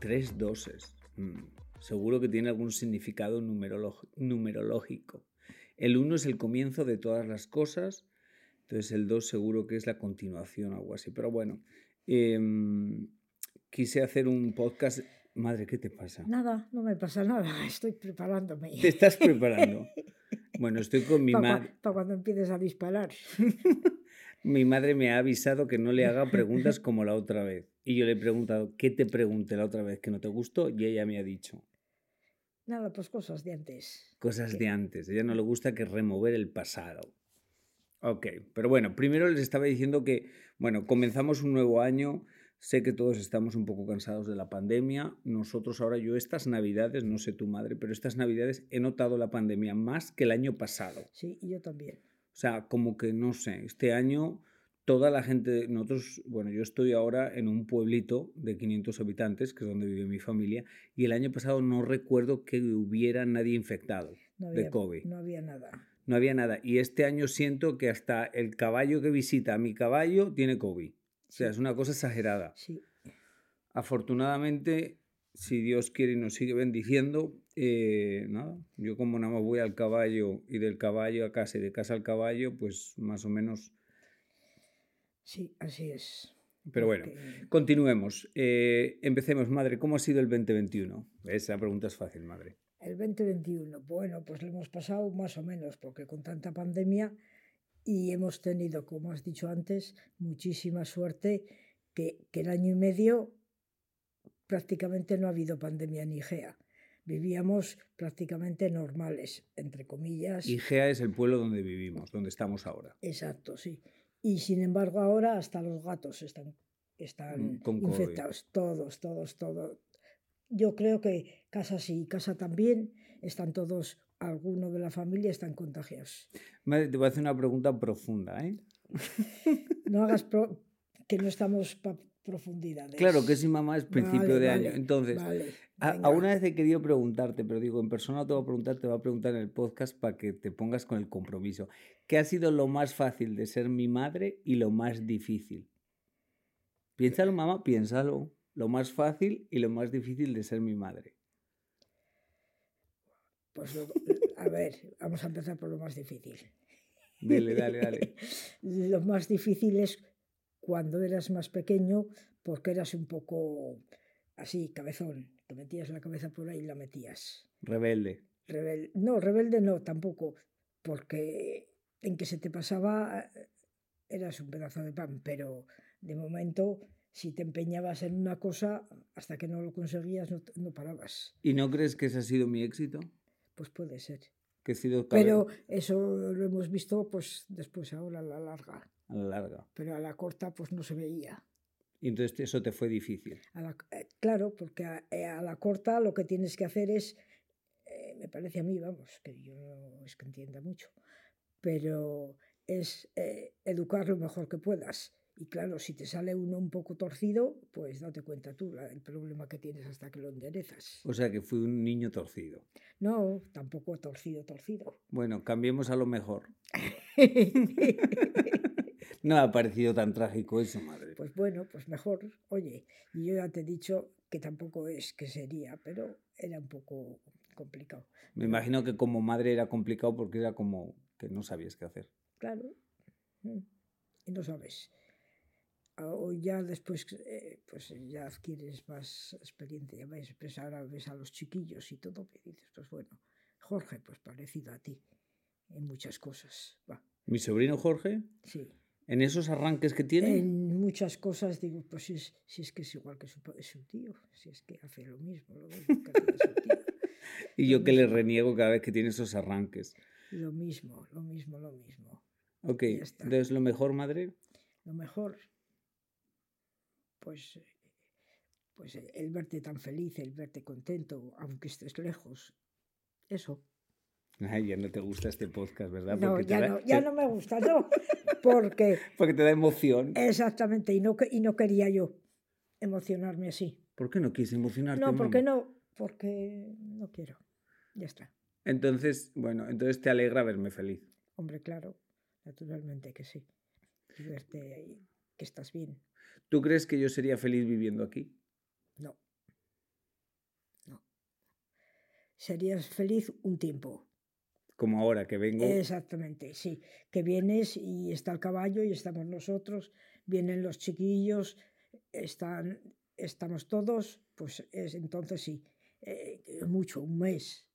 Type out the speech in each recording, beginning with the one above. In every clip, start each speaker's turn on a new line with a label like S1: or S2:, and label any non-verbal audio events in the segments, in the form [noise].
S1: tres doses. Mm. Seguro que tiene algún significado numerológico. El 1 es el comienzo de todas las cosas, entonces el 2 seguro que es la continuación o algo así. Pero bueno, eh, quise hacer un podcast. Madre, ¿qué te pasa?
S2: Nada, no me pasa [laughs] nada, estoy preparándome.
S1: ¿Te estás preparando? Bueno, estoy con Este mi madre.
S2: Para pa cuando empieces a disparar. [laughs]
S1: mi madre me ha avisado que no le haga preguntas como la otra vez. Y yo le he preguntado, ¿qué te pregunté la otra vez que no te gustó? Y ella me ha dicho.
S2: Nada, pues cosas de antes.
S1: Cosas ¿Qué? de antes. A ella no le gusta que remover el pasado. Ok, pero bueno, primero les estaba diciendo que, bueno, comenzamos un nuevo año. Sé que todos estamos un poco cansados de la pandemia. Nosotros ahora, yo estas navidades, no sé tu madre, pero estas navidades he notado la pandemia más que el año pasado.
S2: Sí, y yo también.
S1: O sea, como que no sé, este año toda la gente, nosotros, bueno, yo estoy ahora en un pueblito de 500 habitantes, que es donde vive mi familia, y el año pasado no recuerdo que hubiera nadie infectado
S2: no había,
S1: de COVID.
S2: No había nada.
S1: No había nada. Y este año siento que hasta el caballo que visita a mi caballo tiene COVID. Sí. O sea, es una cosa exagerada.
S2: Sí.
S1: Afortunadamente, si Dios quiere y nos sigue bendiciendo, eh, nada, yo como nada más voy al caballo y del caballo a casa y de casa al caballo, pues más o menos...
S2: Sí, así es.
S1: Pero bueno, Porque... continuemos. Eh, empecemos, madre, ¿cómo ha sido el 2021? Esa pregunta es fácil, madre.
S2: El 2021, bueno, pues lo hemos pasado más o menos, porque con tanta pandemia y hemos tenido, como has dicho antes, muchísima suerte que, que el año y medio prácticamente no ha habido pandemia en IGEA. Vivíamos prácticamente normales, entre comillas.
S1: IGEA es el pueblo donde vivimos, donde estamos ahora.
S2: Exacto, sí. Y sin embargo ahora hasta los gatos están,
S1: Mm,
S2: están Con infectados, todos, todos, todos. Yo creo que casa sí, casa también, están todos, alguno de la familia están contagiados.
S1: Madre, te voy a hacer una pregunta profunda, ¿eh?
S2: No hagas pro que no estamos para profundidades.
S1: Claro, que si mamá es principio vale, de vale, año. Entonces, vale, a, a, una vez he querido preguntarte, pero digo, en persona te voy a preguntar, te voy a preguntar en el podcast para que te pongas con el compromiso. ¿Qué ha sido lo más fácil de ser mi madre y lo más difícil? Piénsalo, mamá, piénsalo. Lo más fácil y lo más difícil de ser mi madre.
S2: Pues lo, a ver, vamos a empezar por lo más difícil.
S1: Dale, dale, dale.
S2: [laughs] lo más difícil es cuando eras más pequeño porque eras un poco así, cabezón, te metías la cabeza por ahí y la metías.
S1: Rebelde.
S2: Rebel... No, rebelde no, tampoco, porque en que se te pasaba eh, eras un pedazo de pan, pero de momento si te empeñabas en una cosa, hasta que no lo conseguías no, no parabas.
S1: ¿Y no crees que ese ha sido mi éxito?
S2: Pues puede ser.
S1: Que he sido
S2: Pero eso lo hemos visto pues después ahora a la larga.
S1: A la larga.
S2: Pero a la corta pues no se veía.
S1: Y entonces eso te fue difícil.
S2: A la, eh, claro, porque a, eh, a, la corta lo que tienes que hacer es, eh, me parece a mí, vamos, que yo no es que entienda mucho, pero es eh, educar lo mejor que puedas. Y claro, si te sale uno un poco torcido, pues date cuenta tú la, el problema que tienes hasta que lo enderezas.
S1: O sea que fui un niño torcido.
S2: No, tampoco
S1: [laughs]
S2: torcido, torcido. [laughs]
S1: Bueno, cambiemos a lo mejor. No me ha parecido tan trágico eso, madre.
S2: Pues bueno, pues mejor. Oye, y yo ya te he dicho que tampoco es que sería, pero era un poco complicado.
S1: Me imagino que como madre era complicado porque era como que no sabías qué hacer.
S2: Claro. Mm. Y no sabes. A- O ya después, eh, pues ya adquieres más experiencia, ya ves, pues ahora ves a los chiquillos y todo, que dices, pues bueno, Jorge, pues parecido a ti en muchas cosas. Va,
S1: Mi sobrino Jorge,
S2: sí.
S1: en esos arranques que tiene,
S2: En muchas cosas digo, pues si es, si es que es igual que su, pa- su tío, si es que hace lo mismo, lo mismo que hacía su tío.
S1: y yo que le reniego cada vez que tiene esos arranques.
S2: Lo mismo, lo mismo, lo mismo.
S1: Ok,
S2: Ya está.
S1: entonces lo mejor, madre,
S2: Lo mejor, pues, eh, pues eh, el verte tan feliz, el verte contento, aunque estés lejos. Eso.
S1: Ay, ya no te gusta este podcast, ¿verdad?
S2: No,
S1: Porque te
S2: ya
S1: da-
S2: no,
S1: [laughs]
S2: ya
S1: te-
S2: no me gusta, no. Porque,
S1: Porque te da emoción.
S2: exactamente, y no, que- y no quería yo emocionarme así.
S1: ¿Por qué no quise emocionarte?
S2: No, porque
S1: mamá?
S2: no, porque no quiero. Ya está.
S1: Entonces, bueno, entonces te alegra verme feliz.
S2: Hombre, claro, naturalmente que sí. Y verte ahí, que estás bien.
S1: ¿Tú crees que yo sería feliz viviendo aquí?
S2: No. No. Serías feliz un tiempo.
S1: Como ahora que vengo.
S2: Exactamente, sí. Que vienes y está el caballo y estamos nosotros, vienen los chiquillos, están, estamos todos, pues es, entonces sí, eh, mucho, un mes.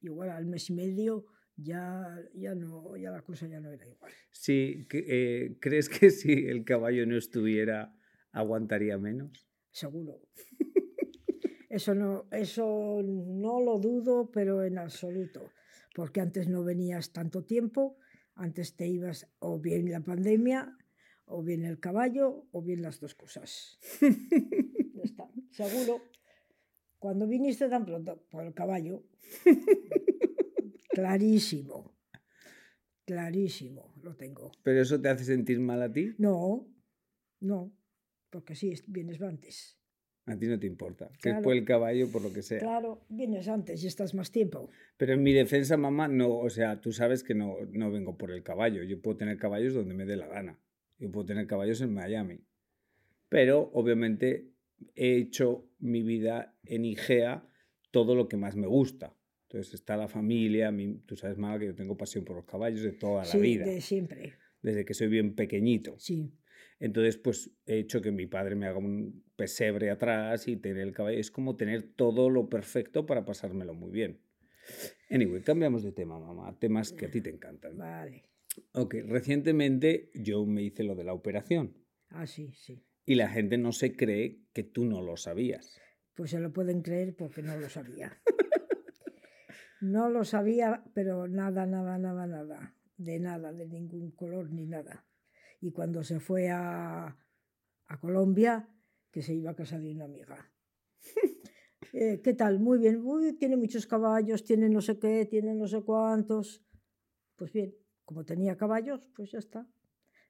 S2: Igual al mes y medio ya, ya no, ya la cosa ya no era igual.
S1: Sí, que, eh, ¿crees que [laughs] si el caballo no estuviera, aguantaría menos?
S2: Seguro. [laughs] Eso no, eso no lo dudo, pero en absoluto. Porque antes no venías tanto tiempo, antes te ibas o bien la pandemia, o bien el caballo, o bien las dos cosas. [laughs] Ya está, seguro. Cuando viniste tan pronto, por el caballo. [laughs] Clarísimo. Clarísimo, lo tengo.
S1: ¿Pero eso te hace sentir mal a ti?
S2: No, no, porque sí, es- vienes antes.
S1: A ti no te importa. Que
S2: Claro.
S1: fue el caballo, por lo que sea.
S2: Claro, vienes antes y estás más tiempo.
S1: Pero en mi defensa, mamá, no, o sea, tú sabes que no, no vengo por el caballo. Yo puedo tener caballos donde me dé la gana. Yo puedo tener caballos en Miami. Pero obviamente he hecho mi vida en IGEA todo lo que más me gusta. Entonces está la familia, mi- tú sabes, mamá, que yo tengo pasión por los caballos de toda
S2: sí,
S1: la vida,
S2: de siempre.
S1: desde que soy bien pequeñito.
S2: Sí,
S1: Entonces, pues he hecho que mi padre me haga un pesebre atrás y tener el caballo. Es como tener todo lo perfecto para pasármelo muy bien. Anyway, cambiamos de tema, mamá. a Temas que a ti te encantan.
S2: vale.
S1: Ok, recientemente yo me hice lo de la operación
S2: Ah, sí, sí.
S1: y la gente no se cree que tú no lo sabías.
S2: Pues se lo pueden creer porque no lo sabía. No lo sabía, pero nada, nada, nada, nada. De nada, de ningún color ni nada. Y cuando se fue a, a Colombia, que se iba a casa de una amiga. Eh, ¿Qué tal? Muy bien. Uy, tiene muchos caballos, tiene no sé qué, tiene no sé cuántos. Pues bien, como tenía caballos, pues ya está.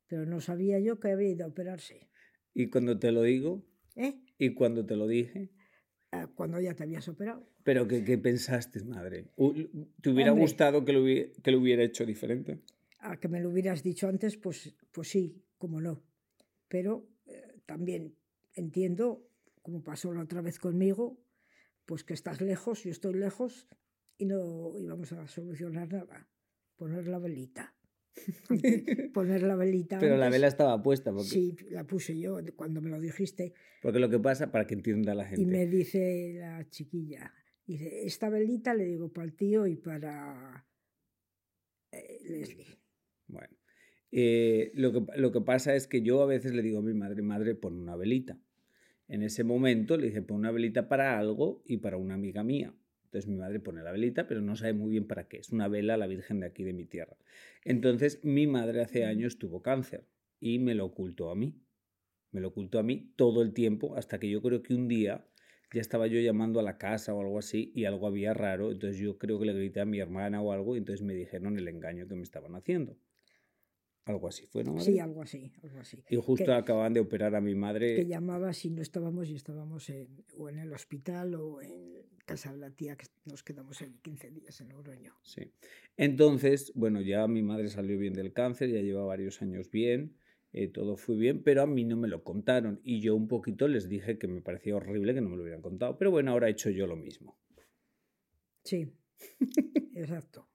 S2: Pero no sabía yo que había ido a operarse.
S1: Y cuando te lo digo,
S2: ¿Eh?
S1: y cuando te lo dije,
S2: Ah, Cuando ya te habías operado.
S1: pero ¿qué, qué pensaste, madre? U- ¿Te hubiera
S2: Hombre.
S1: gustado que lo hubie- que lo hubiera hecho diferente?
S2: [laughs] a que me lo hubieras dicho antes, pues, pues sí, como no. Pero eh, también entiendo, como pasó la otra vez conmigo, pues que estás lejos, yo estoy lejos y no íbamos a solucionar nada. Poner la velita. Antes- poner la velita.
S1: Pero la
S2: antes.
S1: vela estaba puesta, porque
S2: Sí, la puse yo cuando me lo dijiste.
S1: Porque lo que pasa, para que entienda la gente,
S2: Y me dice la chiquilla, dice, esta velita le digo para el tío y para eh, Leslie.
S1: bueno, eh, lo, que, lo que pasa es que yo a veces le digo a mi madre, madre, pon una velita. En ese momento le dije, pon una velita para algo y para una amiga mía. Entonces mi madre pone la velita, pero no sabe muy bien para qué. Es una vela a la Virgen de aquí de mi tierra. Entonces mi madre hace años tuvo cáncer y me lo ocultó a mí. Me lo ocultó a mí todo el tiempo hasta que yo creo que un día ya estaba yo llamando a la casa o algo así y algo había raro. Entonces yo creo que le grité a mi hermana o algo y entonces me dijeron el engaño que me estaban haciendo. Algo así fue, ¿no? madre?
S2: Sí, algo así, algo así.
S1: y justo
S2: que-
S1: acaban de operar a mi madre.
S2: que llamaba si no estábamos y estábamos en, o en el hospital o en casa de la tía que nos quedamos en 15 días en Logroño.
S1: Sí. Entonces, bueno, ya mi madre salió bien del cáncer, ya lleva varios años bien eh, todo fue bien, pero a mí no me lo contaron y yo un poquito les dije que me parecía horrible que no me lo hubieran contado, pero bueno, ahora he hecho yo lo mismo.
S2: Sí, [laughs] exacto.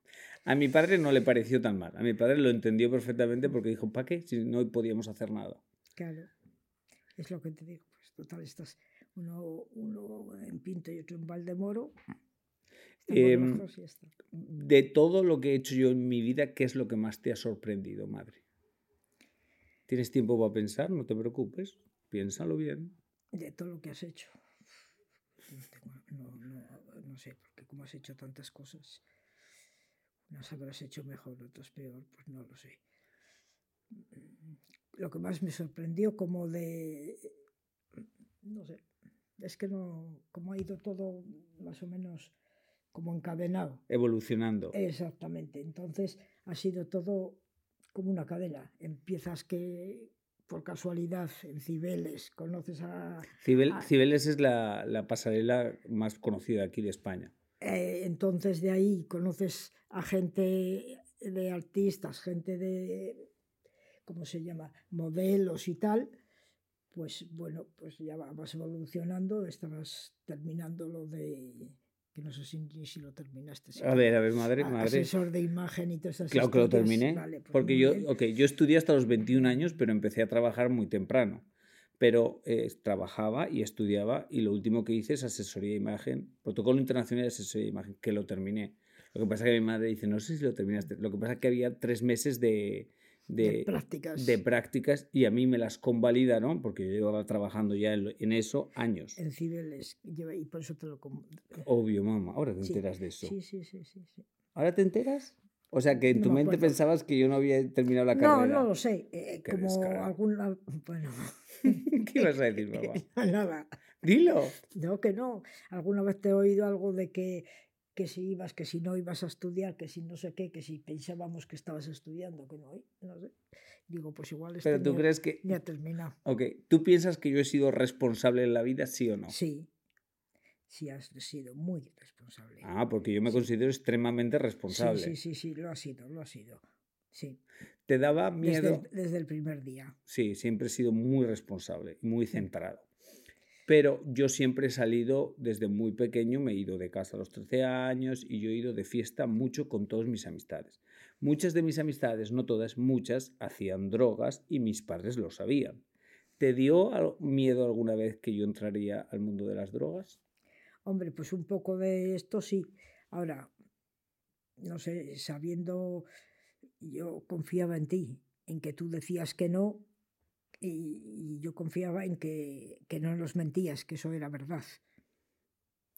S1: A mi padre no le pareció tan mal, a mi padre lo entendió perfectamente porque dijo, ¿para qué? Si no podíamos hacer nada.
S2: Claro, es lo que te digo, pues total, estás uno, uno en Pinto y otro en Valdemoro.
S1: Eh,
S2: Estamos lejos y ya está.
S1: De todo lo que he hecho yo en mi vida, ¿qué es lo que más te ha sorprendido, madre? ¿Tienes tiempo para pensar? No te preocupes, piénsalo bien.
S2: de todo lo que has hecho. No, tengo- no- no- no sé, porque como has hecho tantas cosas, unas habrás hecho mejor, otras peor, pues no lo sé. Mm, Lo que más me sorprendió como de... No sé, es que no... Como ha ido todo más o menos como encadenado.
S1: Evolucionando.
S2: Exactamente. Entonces ha sido todo como una cadena. Empiezas que por casualidad en Cibeles conoces a...
S1: Cibel-
S2: ah.
S1: Cibeles es la, la pasarela más conocida aquí de España.
S2: Eh, entonces de ahí conoces a gente de artistas, gente de, ¿cómo se llama?, modelos y tal. Pues bueno, pues ya va- vas evolucionando, estabas terminando lo de, que no sé si, ni si lo terminaste. si
S1: A ver, a ver, madre,
S2: a-
S1: madre.
S2: Asesor de imagen y todas esas
S1: Claro que lo
S2: historias.
S1: terminé.
S2: Ah, Vale, pues
S1: porque
S2: muy
S1: yo,
S2: bien.
S1: ok, yo estudié hasta los 21 años, pero empecé a trabajar muy temprano. Pero eh, trabajaba y estudiaba y lo último que hice es asesoría de imagen, protocolo internacional de asesoría de imagen, que lo terminé. Lo que pasa es que mi madre dice, no sé si lo terminaste. Lo que pasa es que había tres meses de,
S2: De
S1: de,
S2: prácticas.
S1: de prácticas y a mí me las convalidaron porque yo llevaba trabajando ya en, lo- en eso años.
S2: en Cibeles, lleva- y por eso te lo... com-
S1: Obvio, mamá, ahora te
S2: Sí,
S1: enteras de eso.
S2: Sí, sí, sí, sí. sí.
S1: ¿Ahora te enteras? O sea, que en
S2: No
S1: tu
S2: me
S1: mente
S2: acuerdo.
S1: pensabas que yo no había terminado la
S2: No,
S1: carrera.
S2: no lo sé. eh,
S1: Qué
S2: como
S1: descarado.
S2: alguna... [laughs] Bueno,
S1: [laughs] ¿Qué ibas a decir,
S2: [laughs]
S1: mamá?
S2: nada.
S1: Dilo.
S2: No, que no. Alguna vez te he oído algo de que, que si ibas, que si no ibas a estudiar, que si no sé qué, que si pensábamos que estabas estudiando, que no, no sé. Digo, pues igual esto
S1: Pero tú
S2: ya-
S1: crees que...
S2: ya terminado.
S1: Ok, ¿tú piensas que yo he sido responsable en la vida, sí o no?
S2: Sí, sí has sido muy responsable.
S1: Ah, porque yo me considero extremadamente responsable.
S2: Sí, sí, sí, sí, lo has sido, lo has sido. Sí,
S1: ¿Te daba
S2: desde,
S1: miedo?
S2: el- desde el primer día.
S1: Sí, siempre he sido muy responsable, muy centrado. Pero yo siempre he salido desde muy pequeño, me he ido de casa a los 13 años y yo he ido de fiesta mucho con todas mis amistades. Muchas de mis amistades, no todas, muchas, hacían drogas y mis padres lo sabían. ¿Te dio al- miedo alguna vez que yo entraría al mundo de las drogas?
S2: Hombre, pues un poco de esto sí. Ahora, no sé, sabiendo, yo confiaba en ti, en que tú decías que no, y, y yo confiaba en que, que no nos mentías, que eso era verdad.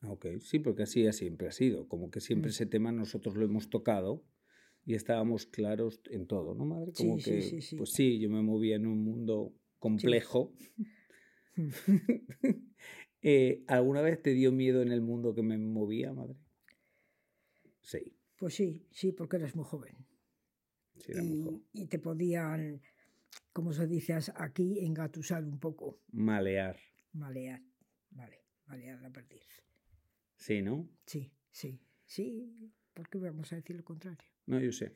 S1: Ok, sí, porque así ha- siempre ha sido. Como que siempre
S2: Mm.
S1: ese tema nosotros lo hemos tocado y estábamos claros en todo, ¿no, madre?
S2: Sí,
S1: Como
S2: sí,
S1: que,
S2: sí, sí.
S1: Pues sí, yo me movía en un mundo
S2: [laughs]
S1: complejo.
S2: Mm.
S1: [laughs] Eh, ¿Alguna vez te dio miedo en el mundo que me movía, madre? Sí,
S2: Pues sí, sí, porque eras muy joven.
S1: sí, era muy joven.
S2: y, y te podían, como se dice as- aquí, engatusar un poco,
S1: Malear,
S2: malear, vale, malear a partir.
S1: sí, ¿no?
S2: Sí, sí, sí, porque vamos a decir lo contrario.
S1: No, yo sé.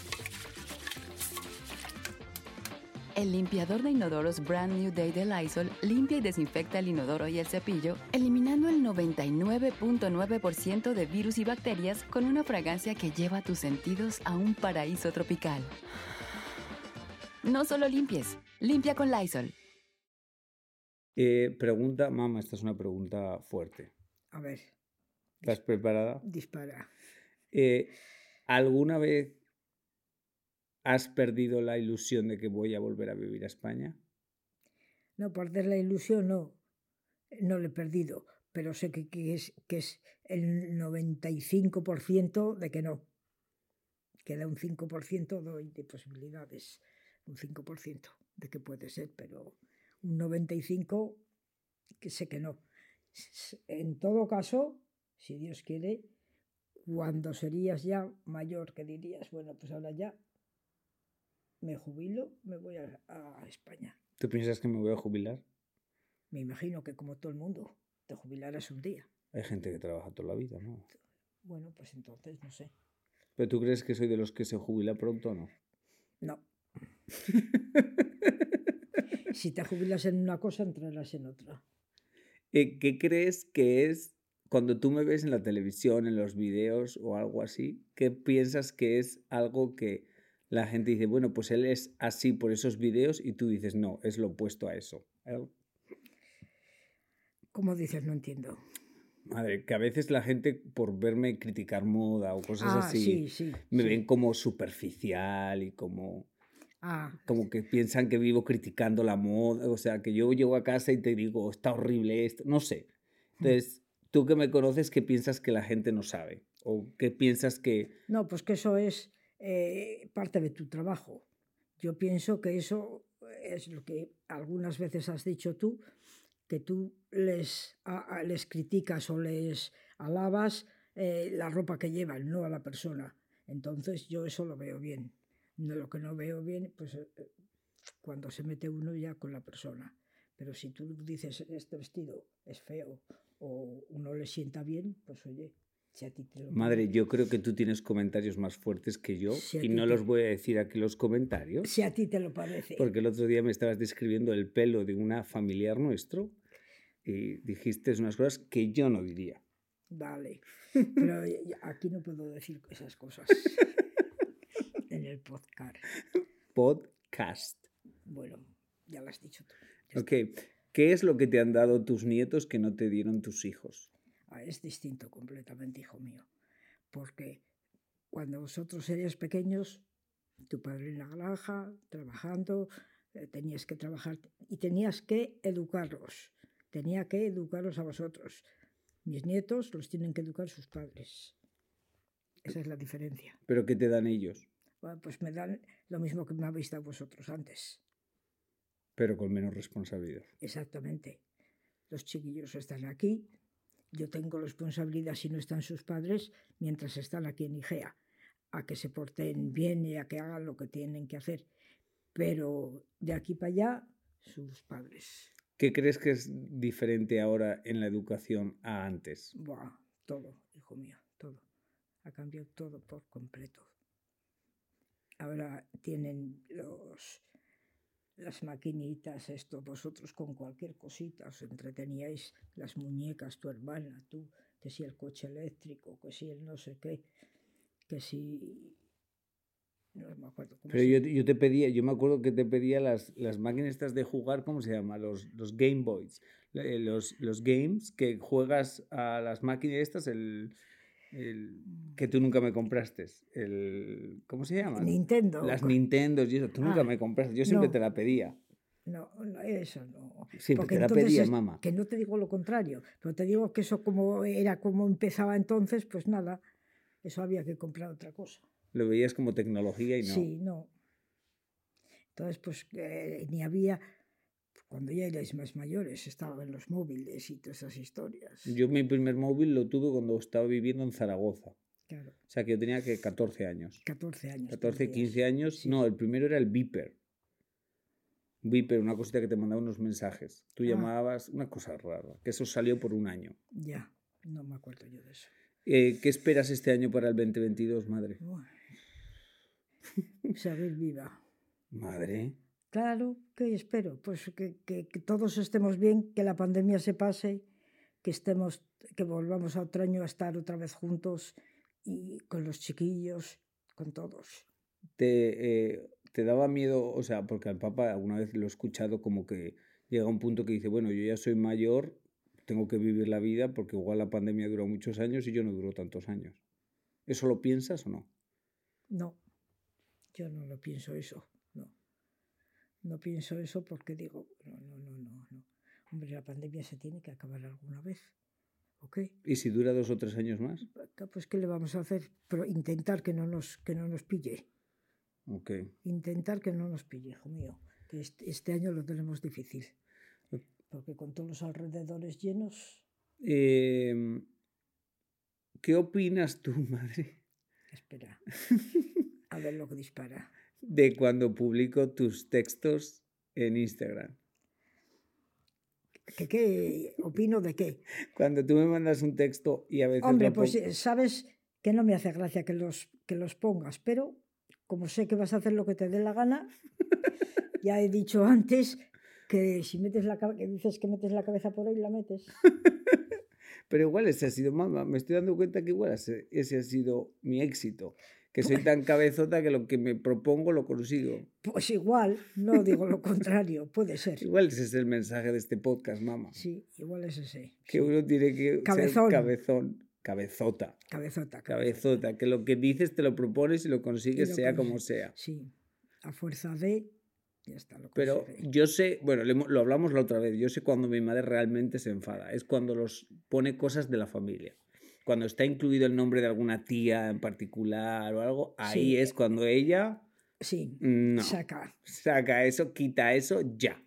S3: El limpiador de inodoros Brand New Day de Lysol limpia y desinfecta el inodoro y el cepillo, eliminando el 99.9% de virus y bacterias con una fragancia que lleva tus sentidos a un paraíso tropical. No solo limpies, limpia con Lysol.
S1: Eh, pregunta, mamá, esta es una pregunta fuerte.
S2: A ver,
S1: ¿Estás preparada?
S2: dispara.
S1: Eh, ¿Alguna vez has perdido la ilusión de que voy a volver a vivir a España?
S2: No, perder la ilusión no, no lo he perdido, pero sé que, que es, que es el 95% de que no. Queda un 5% doy de posibilidades, un 5% de que puede ser, pero un 95% que sé que no. En todo caso, si Dios quiere, cuando serías ya mayor, que dirías, bueno, pues ahora ya me jubilo, me voy a, a España.
S1: ¿Tú piensas que me voy a jubilar?
S2: Me imagino que como todo el mundo, te jubilarás un día.
S1: Hay gente que trabaja toda la vida, ¿no?
S2: Bueno, pues entonces no sé.
S1: ¿Pero tú crees que soy de los que se jubila pronto o no? [laughs]
S2: No. si te jubilas en una cosa, entrarás en otra.
S1: Eh, ¿Qué crees que es cuando tú me ves en la televisión, en los videos o algo así? ¿Qué piensas que es algo que la gente dice, bueno, pues él es así por esos videos y tú dices, no, es lo opuesto a eso? ¿Eh?
S2: ¿Cómo dices? No entiendo.
S1: Madre, que a veces la gente por verme criticar moda o cosas
S2: Ah,
S1: así
S2: sí, sí,
S1: me
S2: sí.
S1: ven como superficial y como
S2: Ah,
S1: como que piensan que vivo criticando la moda, o sea, que yo llego a casa y te digo, está horrible esto, no sé.
S2: Hmm.
S1: Entonces, tú que me conoces, ¿qué piensas que la gente no sabe? ¿O qué piensas que...
S2: no, pues que eso es eh, parte de tu trabajo. Yo pienso que eso es lo que algunas veces has dicho tú, que tú les, a- a- les criticas o les alabas eh, la ropa que llevan, no a la persona. Entonces yo eso lo veo bien. No, lo que no veo bien, pues eh, eh, cuando se mete uno ya con la persona. Pero si tú dices, este vestido es feo o uno le sienta bien, pues oye, si a ti te lo
S1: Madre, yo creo que tú tienes comentarios más fuertes que yo
S2: Sí, a
S1: y
S2: ti
S1: no
S2: te-
S1: los voy a decir aquí los comentarios,
S2: Si a ti te lo parece.
S1: porque el otro día me estabas describiendo el pelo de una familiar nuestro y dijiste unas cosas que yo no diría.
S2: Vale. [laughs] Pero y- y aquí no puedo decir esas cosas. [laughs] en el podcast.
S1: Podcast.
S2: Bueno, ya lo has dicho tú. Ya
S1: Ok, ¿qué es lo que te han dado tus nietos que no te dieron tus hijos?
S2: Ah, es distinto completamente, hijo mío. Porque cuando vosotros erais pequeños, tu padre en la granja, trabajando, eh, tenías que trabajar y tenías que educarlos. Tenía que educarlos a vosotros. Mis nietos los tienen que educar sus padres. Esa es la diferencia.
S1: ¿Pero qué te dan ellos?
S2: Bueno, pues me dan lo mismo que me habéis dado vosotros antes.
S1: pero con menos responsabilidad.
S2: Exactamente. Los chiquillos están aquí. Yo tengo responsabilidad si no están sus padres mientras están aquí en IGEA, a que se porten bien y a que hagan lo que tienen que hacer. Pero de aquí para allá, sus padres.
S1: ¿Qué crees que es diferente ahora en la educación a antes?
S2: Buah, todo, hijo mío, todo. Ha cambiado todo por completo. Ahora tienen los las maquinitas, esto, vosotros con cualquier cosita os entreteníais, las muñecas, tu hermana, tú, que si el coche eléctrico, que si el no sé qué, que si... No me acuerdo cómo
S1: Pero
S2: se-
S1: yo, yo te pedía, yo me acuerdo que te pedía las, las máquinas estas de jugar, ¿cómo se llama? Los, los Game Boys, eh, los, los games que juegas a las máquinas estas, el, el- que tú nunca me compraste, el, ¿cómo se llama?
S2: Nintendo.
S1: Las
S2: co-
S1: Nintendo y eso, tú nunca
S2: Ah,
S1: me compraste, yo siempre
S2: no.
S1: te la pedía.
S2: No, no, eso no.
S1: Siempre te la
S2: entonces
S1: pedía,
S2: es-
S1: mamá.
S2: Que no te digo lo contrario, pero te digo que eso como era como empezaba entonces, pues nada, eso había que comprar otra cosa.
S1: Lo veías como tecnología y no.
S2: Sí, no. Entonces, pues eh, ni había, cuando ya erais más mayores, estaban los móviles y todas esas historias.
S1: Yo mi primer móvil lo tuve cuando estaba viviendo en Zaragoza, o
S2: Claro,
S1: sea que yo tenía que 14 años.
S2: 14 años.
S1: 14,
S2: tendrías.
S1: 15 años.
S2: Sí.
S1: No, el primero era el Viper. Viper, una cosita que te mandaba unos mensajes. Tú
S2: Ah.
S1: llamabas, una cosa rara, que eso salió por un año.
S2: Ya, no me acuerdo yo de eso.
S1: Eh, ¿Qué esperas este año para el 2022, madre?
S2: Bueno. [laughs] Saber viva.
S1: Madre.
S2: Claro, que espero? Pues que, que- que todos estemos bien, que la pandemia se pase, que estemos, que volvamos a otro año a estar otra vez juntos y con los chiquillos, con todos.
S1: Te, eh, te daba miedo, o sea, porque al Papa alguna vez lo he escuchado como que llega un punto que dice, bueno, yo ya soy mayor, tengo que vivir la vida porque igual la pandemia dura muchos años y yo no duro tantos años. ¿Eso lo piensas o no?
S2: No, yo no lo pienso eso, no. No pienso eso porque digo, no, no, no, no, no. Hombre, la pandemia se tiene que acabar alguna vez. ¿O qué?
S1: ¿Y si dura dos o tres años más?
S2: Pues ¿qué le vamos a hacer? Pero intentar que no nos, que no nos pille.
S1: Ok.
S2: Intentar que no nos pille, hijo mío. Que este, este año lo tenemos difícil. Porque con todos los alrededores llenos,
S1: Eh, ¿Qué opinas tú, [laughs] madre,
S2: espera. A ver lo que dispara.
S1: de cuando publico tus textos en Instagram?
S2: ¿Qué, qué opino de qué?
S1: Cuando tú me mandas un texto y a veces...
S2: Hombre,
S1: lo
S2: pues
S1: pon-
S2: eh, sabes que no me hace gracia que los, que los pongas, pero como sé que vas a hacer lo que te dé la gana, ya he dicho antes que si metes la cabe- que dices que metes la cabeza por ahí, la metes.
S1: Pero igual ese ha sido, mamá, me estoy dando cuenta que igual ese, ese ha sido mi éxito. Que soy tan cabezota que lo que me propongo lo consigo.
S2: Pues igual, no digo lo contrario, puede ser.
S1: Igual ese es el mensaje de este podcast, mamá.
S2: Sí, igual es ese.
S1: Que uno tiene que ser
S2: Cabezón.
S1: cabezón, cabezota,
S2: Cabezota.
S1: cabezota, que lo que dices te lo propones y lo consigues
S2: Y lo
S1: sea
S2: consi-
S1: como sea.
S2: Sí, a fuerza de, ya está. Lo
S1: Pero
S2: conseguiré.
S1: yo sé, bueno, lo hemos- lo hablamos la otra vez, yo sé cuando mi madre realmente se enfada, es cuando los pone cosas de la familia. Cuando está incluido el nombre de alguna tía en particular o algo, ahí
S2: Sí.
S1: es cuando ella
S2: Sí,
S1: no
S2: saca.
S1: saca eso, quita eso ya.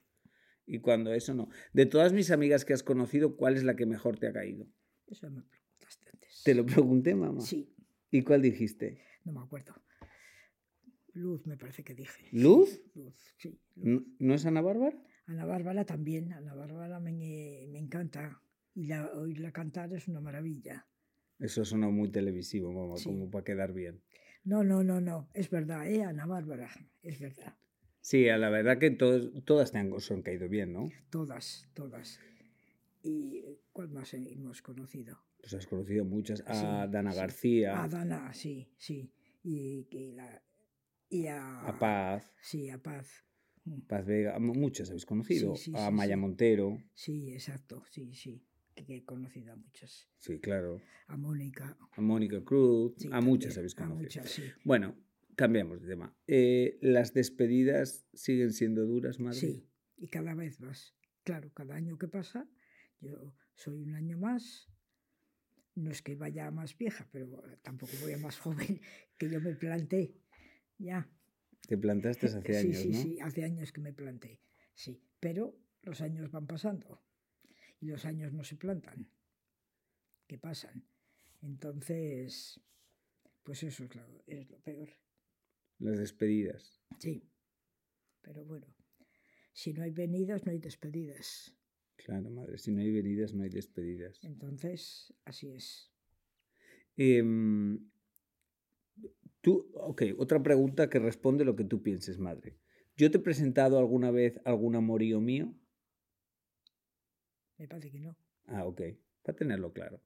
S1: Y cuando eso no. De todas mis amigas que has conocido, ¿cuál es la que mejor te ha caído?
S2: Eso me preguntaste antes.
S1: Te lo pregunté, mamá.
S2: Sí,
S1: ¿Y cuál dijiste?
S2: no me acuerdo. Luz, me parece que dije.
S1: ¿Luz?
S2: Luz, sí. Luz.
S1: ¿No, no es Ana Bárbara?
S2: Ana Bárbara también, Ana Bárbara me, me encanta. Y la, oírla cantar es una maravilla.
S1: Eso sonó muy televisivo, mamá,
S2: Sí.
S1: como para quedar bien.
S2: No, no, no, no, es verdad, ¿eh? Ana Bárbara, es verdad.
S1: Sí, a la verdad que todos, todas te han, os han caído bien, ¿no?
S2: Todas, todas. ¿Y cuál más hemos conocido?
S1: Pues has conocido muchas. A
S2: Sí,
S1: Dana
S2: sí.
S1: García,
S2: A Dana, sí, sí. Y, y la, y a,
S1: a Paz,
S2: Sí, a Paz. Mm,
S1: Paz Vega, a mu- muchas habéis conocido.
S2: Sí, sí,
S1: a
S2: sí,
S1: Maya
S2: sí.
S1: Montero.
S2: Sí, exacto, sí, sí. Que que he conocido a muchas.
S1: Sí, claro.
S2: A Mónica.
S1: A Mónica Cruz.
S2: sí,
S1: a muchas
S2: también,
S1: habéis
S2: A
S1: conocido.
S2: muchas, sí.
S1: Bueno, cambiamos de tema. Eh, ¿Las despedidas siguen siendo duras, madre?
S2: Sí, y cada vez más. Claro, cada año que pasa, yo soy un año más. No es que vaya más vieja, pero tampoco voy a más [laughs] joven que yo me planté. Ya.
S1: Te plantaste Pues hace
S2: Eh, sí,
S1: años,
S2: sí,
S1: ¿no?
S2: sí, hace años que me planté. Sí, pero los años van pasando y los años no se plantan, que pasan. Entonces, pues eso es lo, es lo peor.
S1: Las despedidas.
S2: Sí, pero bueno, si no hay venidas, no hay despedidas.
S1: Claro, madre. Si no hay venidas, no hay despedidas.
S2: Entonces, así es.
S1: Em, tú, ok, otra pregunta que responde lo que tú pienses, madre. ¿Yo te he presentado alguna vez algún amorío mío?
S2: Me parece que no.
S1: Ah, ok, para tenerlo claro.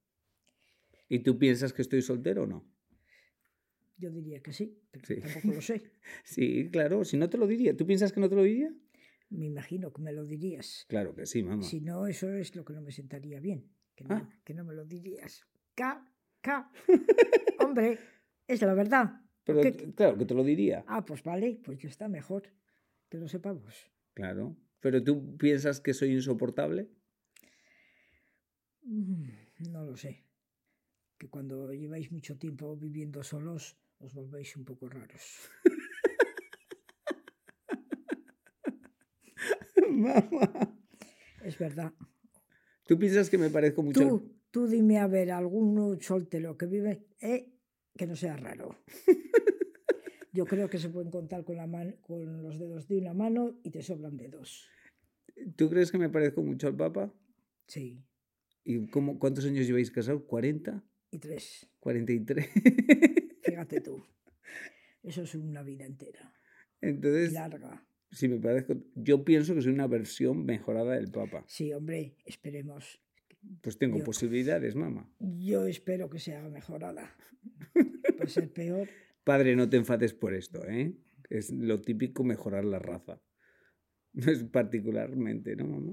S1: ¿Y tú piensas que estoy soltero o no?
S2: Yo diría que sí, pero
S1: Sí.
S2: tampoco
S1: [laughs]
S2: lo sé.
S1: Sí, claro, si no te lo diría. ¿Tú piensas que no te lo diría?
S2: Me imagino que me lo dirías.
S1: Claro que sí, mamá.
S2: Si no, eso es lo que no me sentaría bien. Que no,
S1: Mm. Ah.
S2: que no me lo dirías. Ca,
S1: [laughs]
S2: ca. Hombre, es la verdad.
S1: Pero
S2: ¿Qué-
S1: t- claro que te lo diría.
S2: Ah, pues vale, pues ya está mejor. Que lo sepamos.
S1: Claro. ¿Pero tú piensas que soy
S2: [laughs]
S1: insoportable?
S2: Mm, No lo sé. Que cuando lleváis mucho tiempo viviendo solos, os volvéis un poco raros.
S1: mamá.
S2: Es verdad.
S1: ¿Tú piensas que me parezco mucho al-
S2: Tú, tú dime a ver, algún soltero que vive, eh, que no sea raro.
S1: [laughs]
S2: Yo creo que se pueden contar con, la man- con los dedos de una mano y te sobran dedos.
S1: ¿Tú crees que me parezco mucho al papá?
S2: Sí,
S1: ¿Y cómo, cuántos años lleváis casados? ¿40?
S2: y tres,
S1: ¿43?
S2: fíjate tú. Eso es una vida entera,
S1: [laughs] Entonces,
S2: larga.
S1: si me parezco, yo pienso que soy una versión mejorada del Papa.
S2: Sí, hombre, esperemos.
S1: Pues tengo
S2: Yo-
S1: posibilidades, mamá.
S2: Yo espero que sea mejorada. Para ser peor,
S1: Padre, no te enfades por esto, ¿eh? Es [laughs] lo típico mejorar la raza. No es particularmente, ¿no, mamá?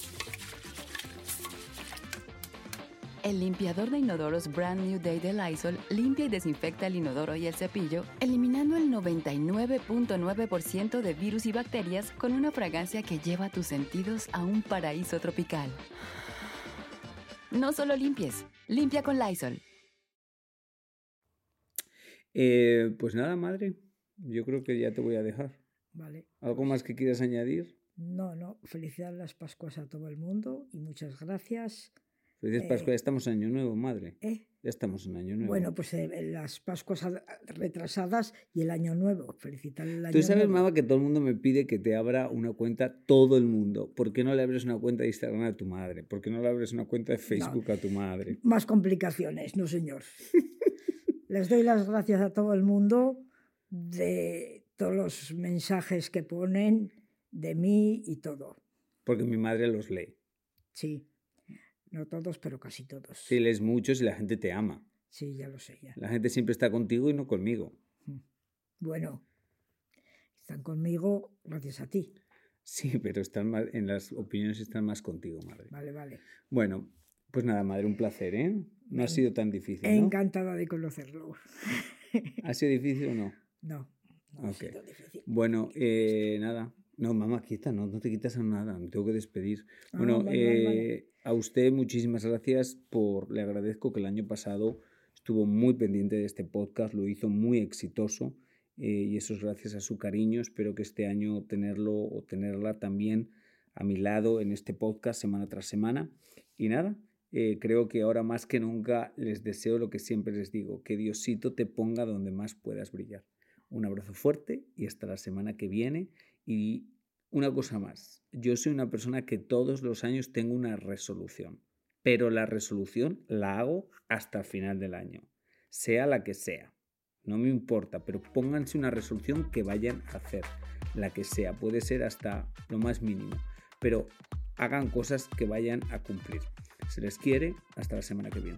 S3: El limpiador de inodoros Brand New Day de Lysol limpia y desinfecta el inodoro y el cepillo, eliminando el 99.9% de virus y bacterias con una fragancia que lleva tus sentidos a un paraíso tropical. No solo limpies, limpia con Lysol.
S1: Eh, pues nada, madre. Yo creo que ya te voy a dejar.
S2: Vale.
S1: ¿Algo más que quieras añadir?
S2: No, no. Felicidades las Pascuas a todo el mundo y muchas gracias.
S1: Felices
S2: Eh.
S1: Pascua, ya estamos en Año Nuevo, madre.
S2: ¿eh?
S1: Ya estamos en Año Nuevo.
S2: Bueno, pues eh, las Pascuas a- retrasadas y el Año Nuevo. Felicitar el Año
S1: Tú sabes,
S2: Nuevo.
S1: Mava, que todo el mundo me pide que te abra una cuenta, todo el mundo. ¿Por qué no le abres una cuenta de Instagram a tu madre? ¿Por qué no le abres una cuenta de Facebook a tu madre?
S2: Más complicaciones, no señor. [laughs] Les doy las gracias a todo el mundo de todos los mensajes que ponen de mí y todo.
S1: Porque mi madre los lee.
S2: Sí. No todos, pero casi todos.
S1: Si lees muchos y la gente te ama.
S2: Sí, ya lo sé, ya.
S1: La gente siempre está contigo y no conmigo. [laughs]
S2: Bueno, están conmigo gracias a ti.
S1: Sí, pero están más, en las opiniones están más contigo, madre.
S2: Vale, vale.
S1: Bueno, pues nada, madre, un placer, ¿eh? No ha sido tan difícil. ¿no?
S2: Encantada de conocerlo.
S1: ¿Ha sido difícil o no?
S2: No, no ha
S1: Ok.
S2: sido difícil.
S1: Bueno, eh, nada. No, mamá, quieta, no, no te quitas a nada, me tengo que despedir.
S2: Ah,
S1: Bueno,
S2: vale, vale, vale.
S1: eh, a usted muchísimas gracias por, le agradezco que el año pasado estuvo muy pendiente de este podcast, lo hizo muy exitoso eh, y eso es gracias a su cariño. Espero que este año tenerlo o tenerla también a mi lado en este podcast semana tras semana. Y nada, eh, creo que ahora más que nunca les deseo lo que siempre les digo, que Diosito te ponga donde más puedas brillar. Un abrazo fuerte y hasta la semana que viene. Y una cosa más, yo soy una persona que todos los años tengo una resolución, pero la resolución la hago hasta el final del año, sea la que sea. No me importa, pero pónganse una resolución que vayan a hacer, la que sea, puede ser hasta lo más mínimo, pero hagan cosas que vayan a cumplir. Se les quiere, hasta la semana que viene.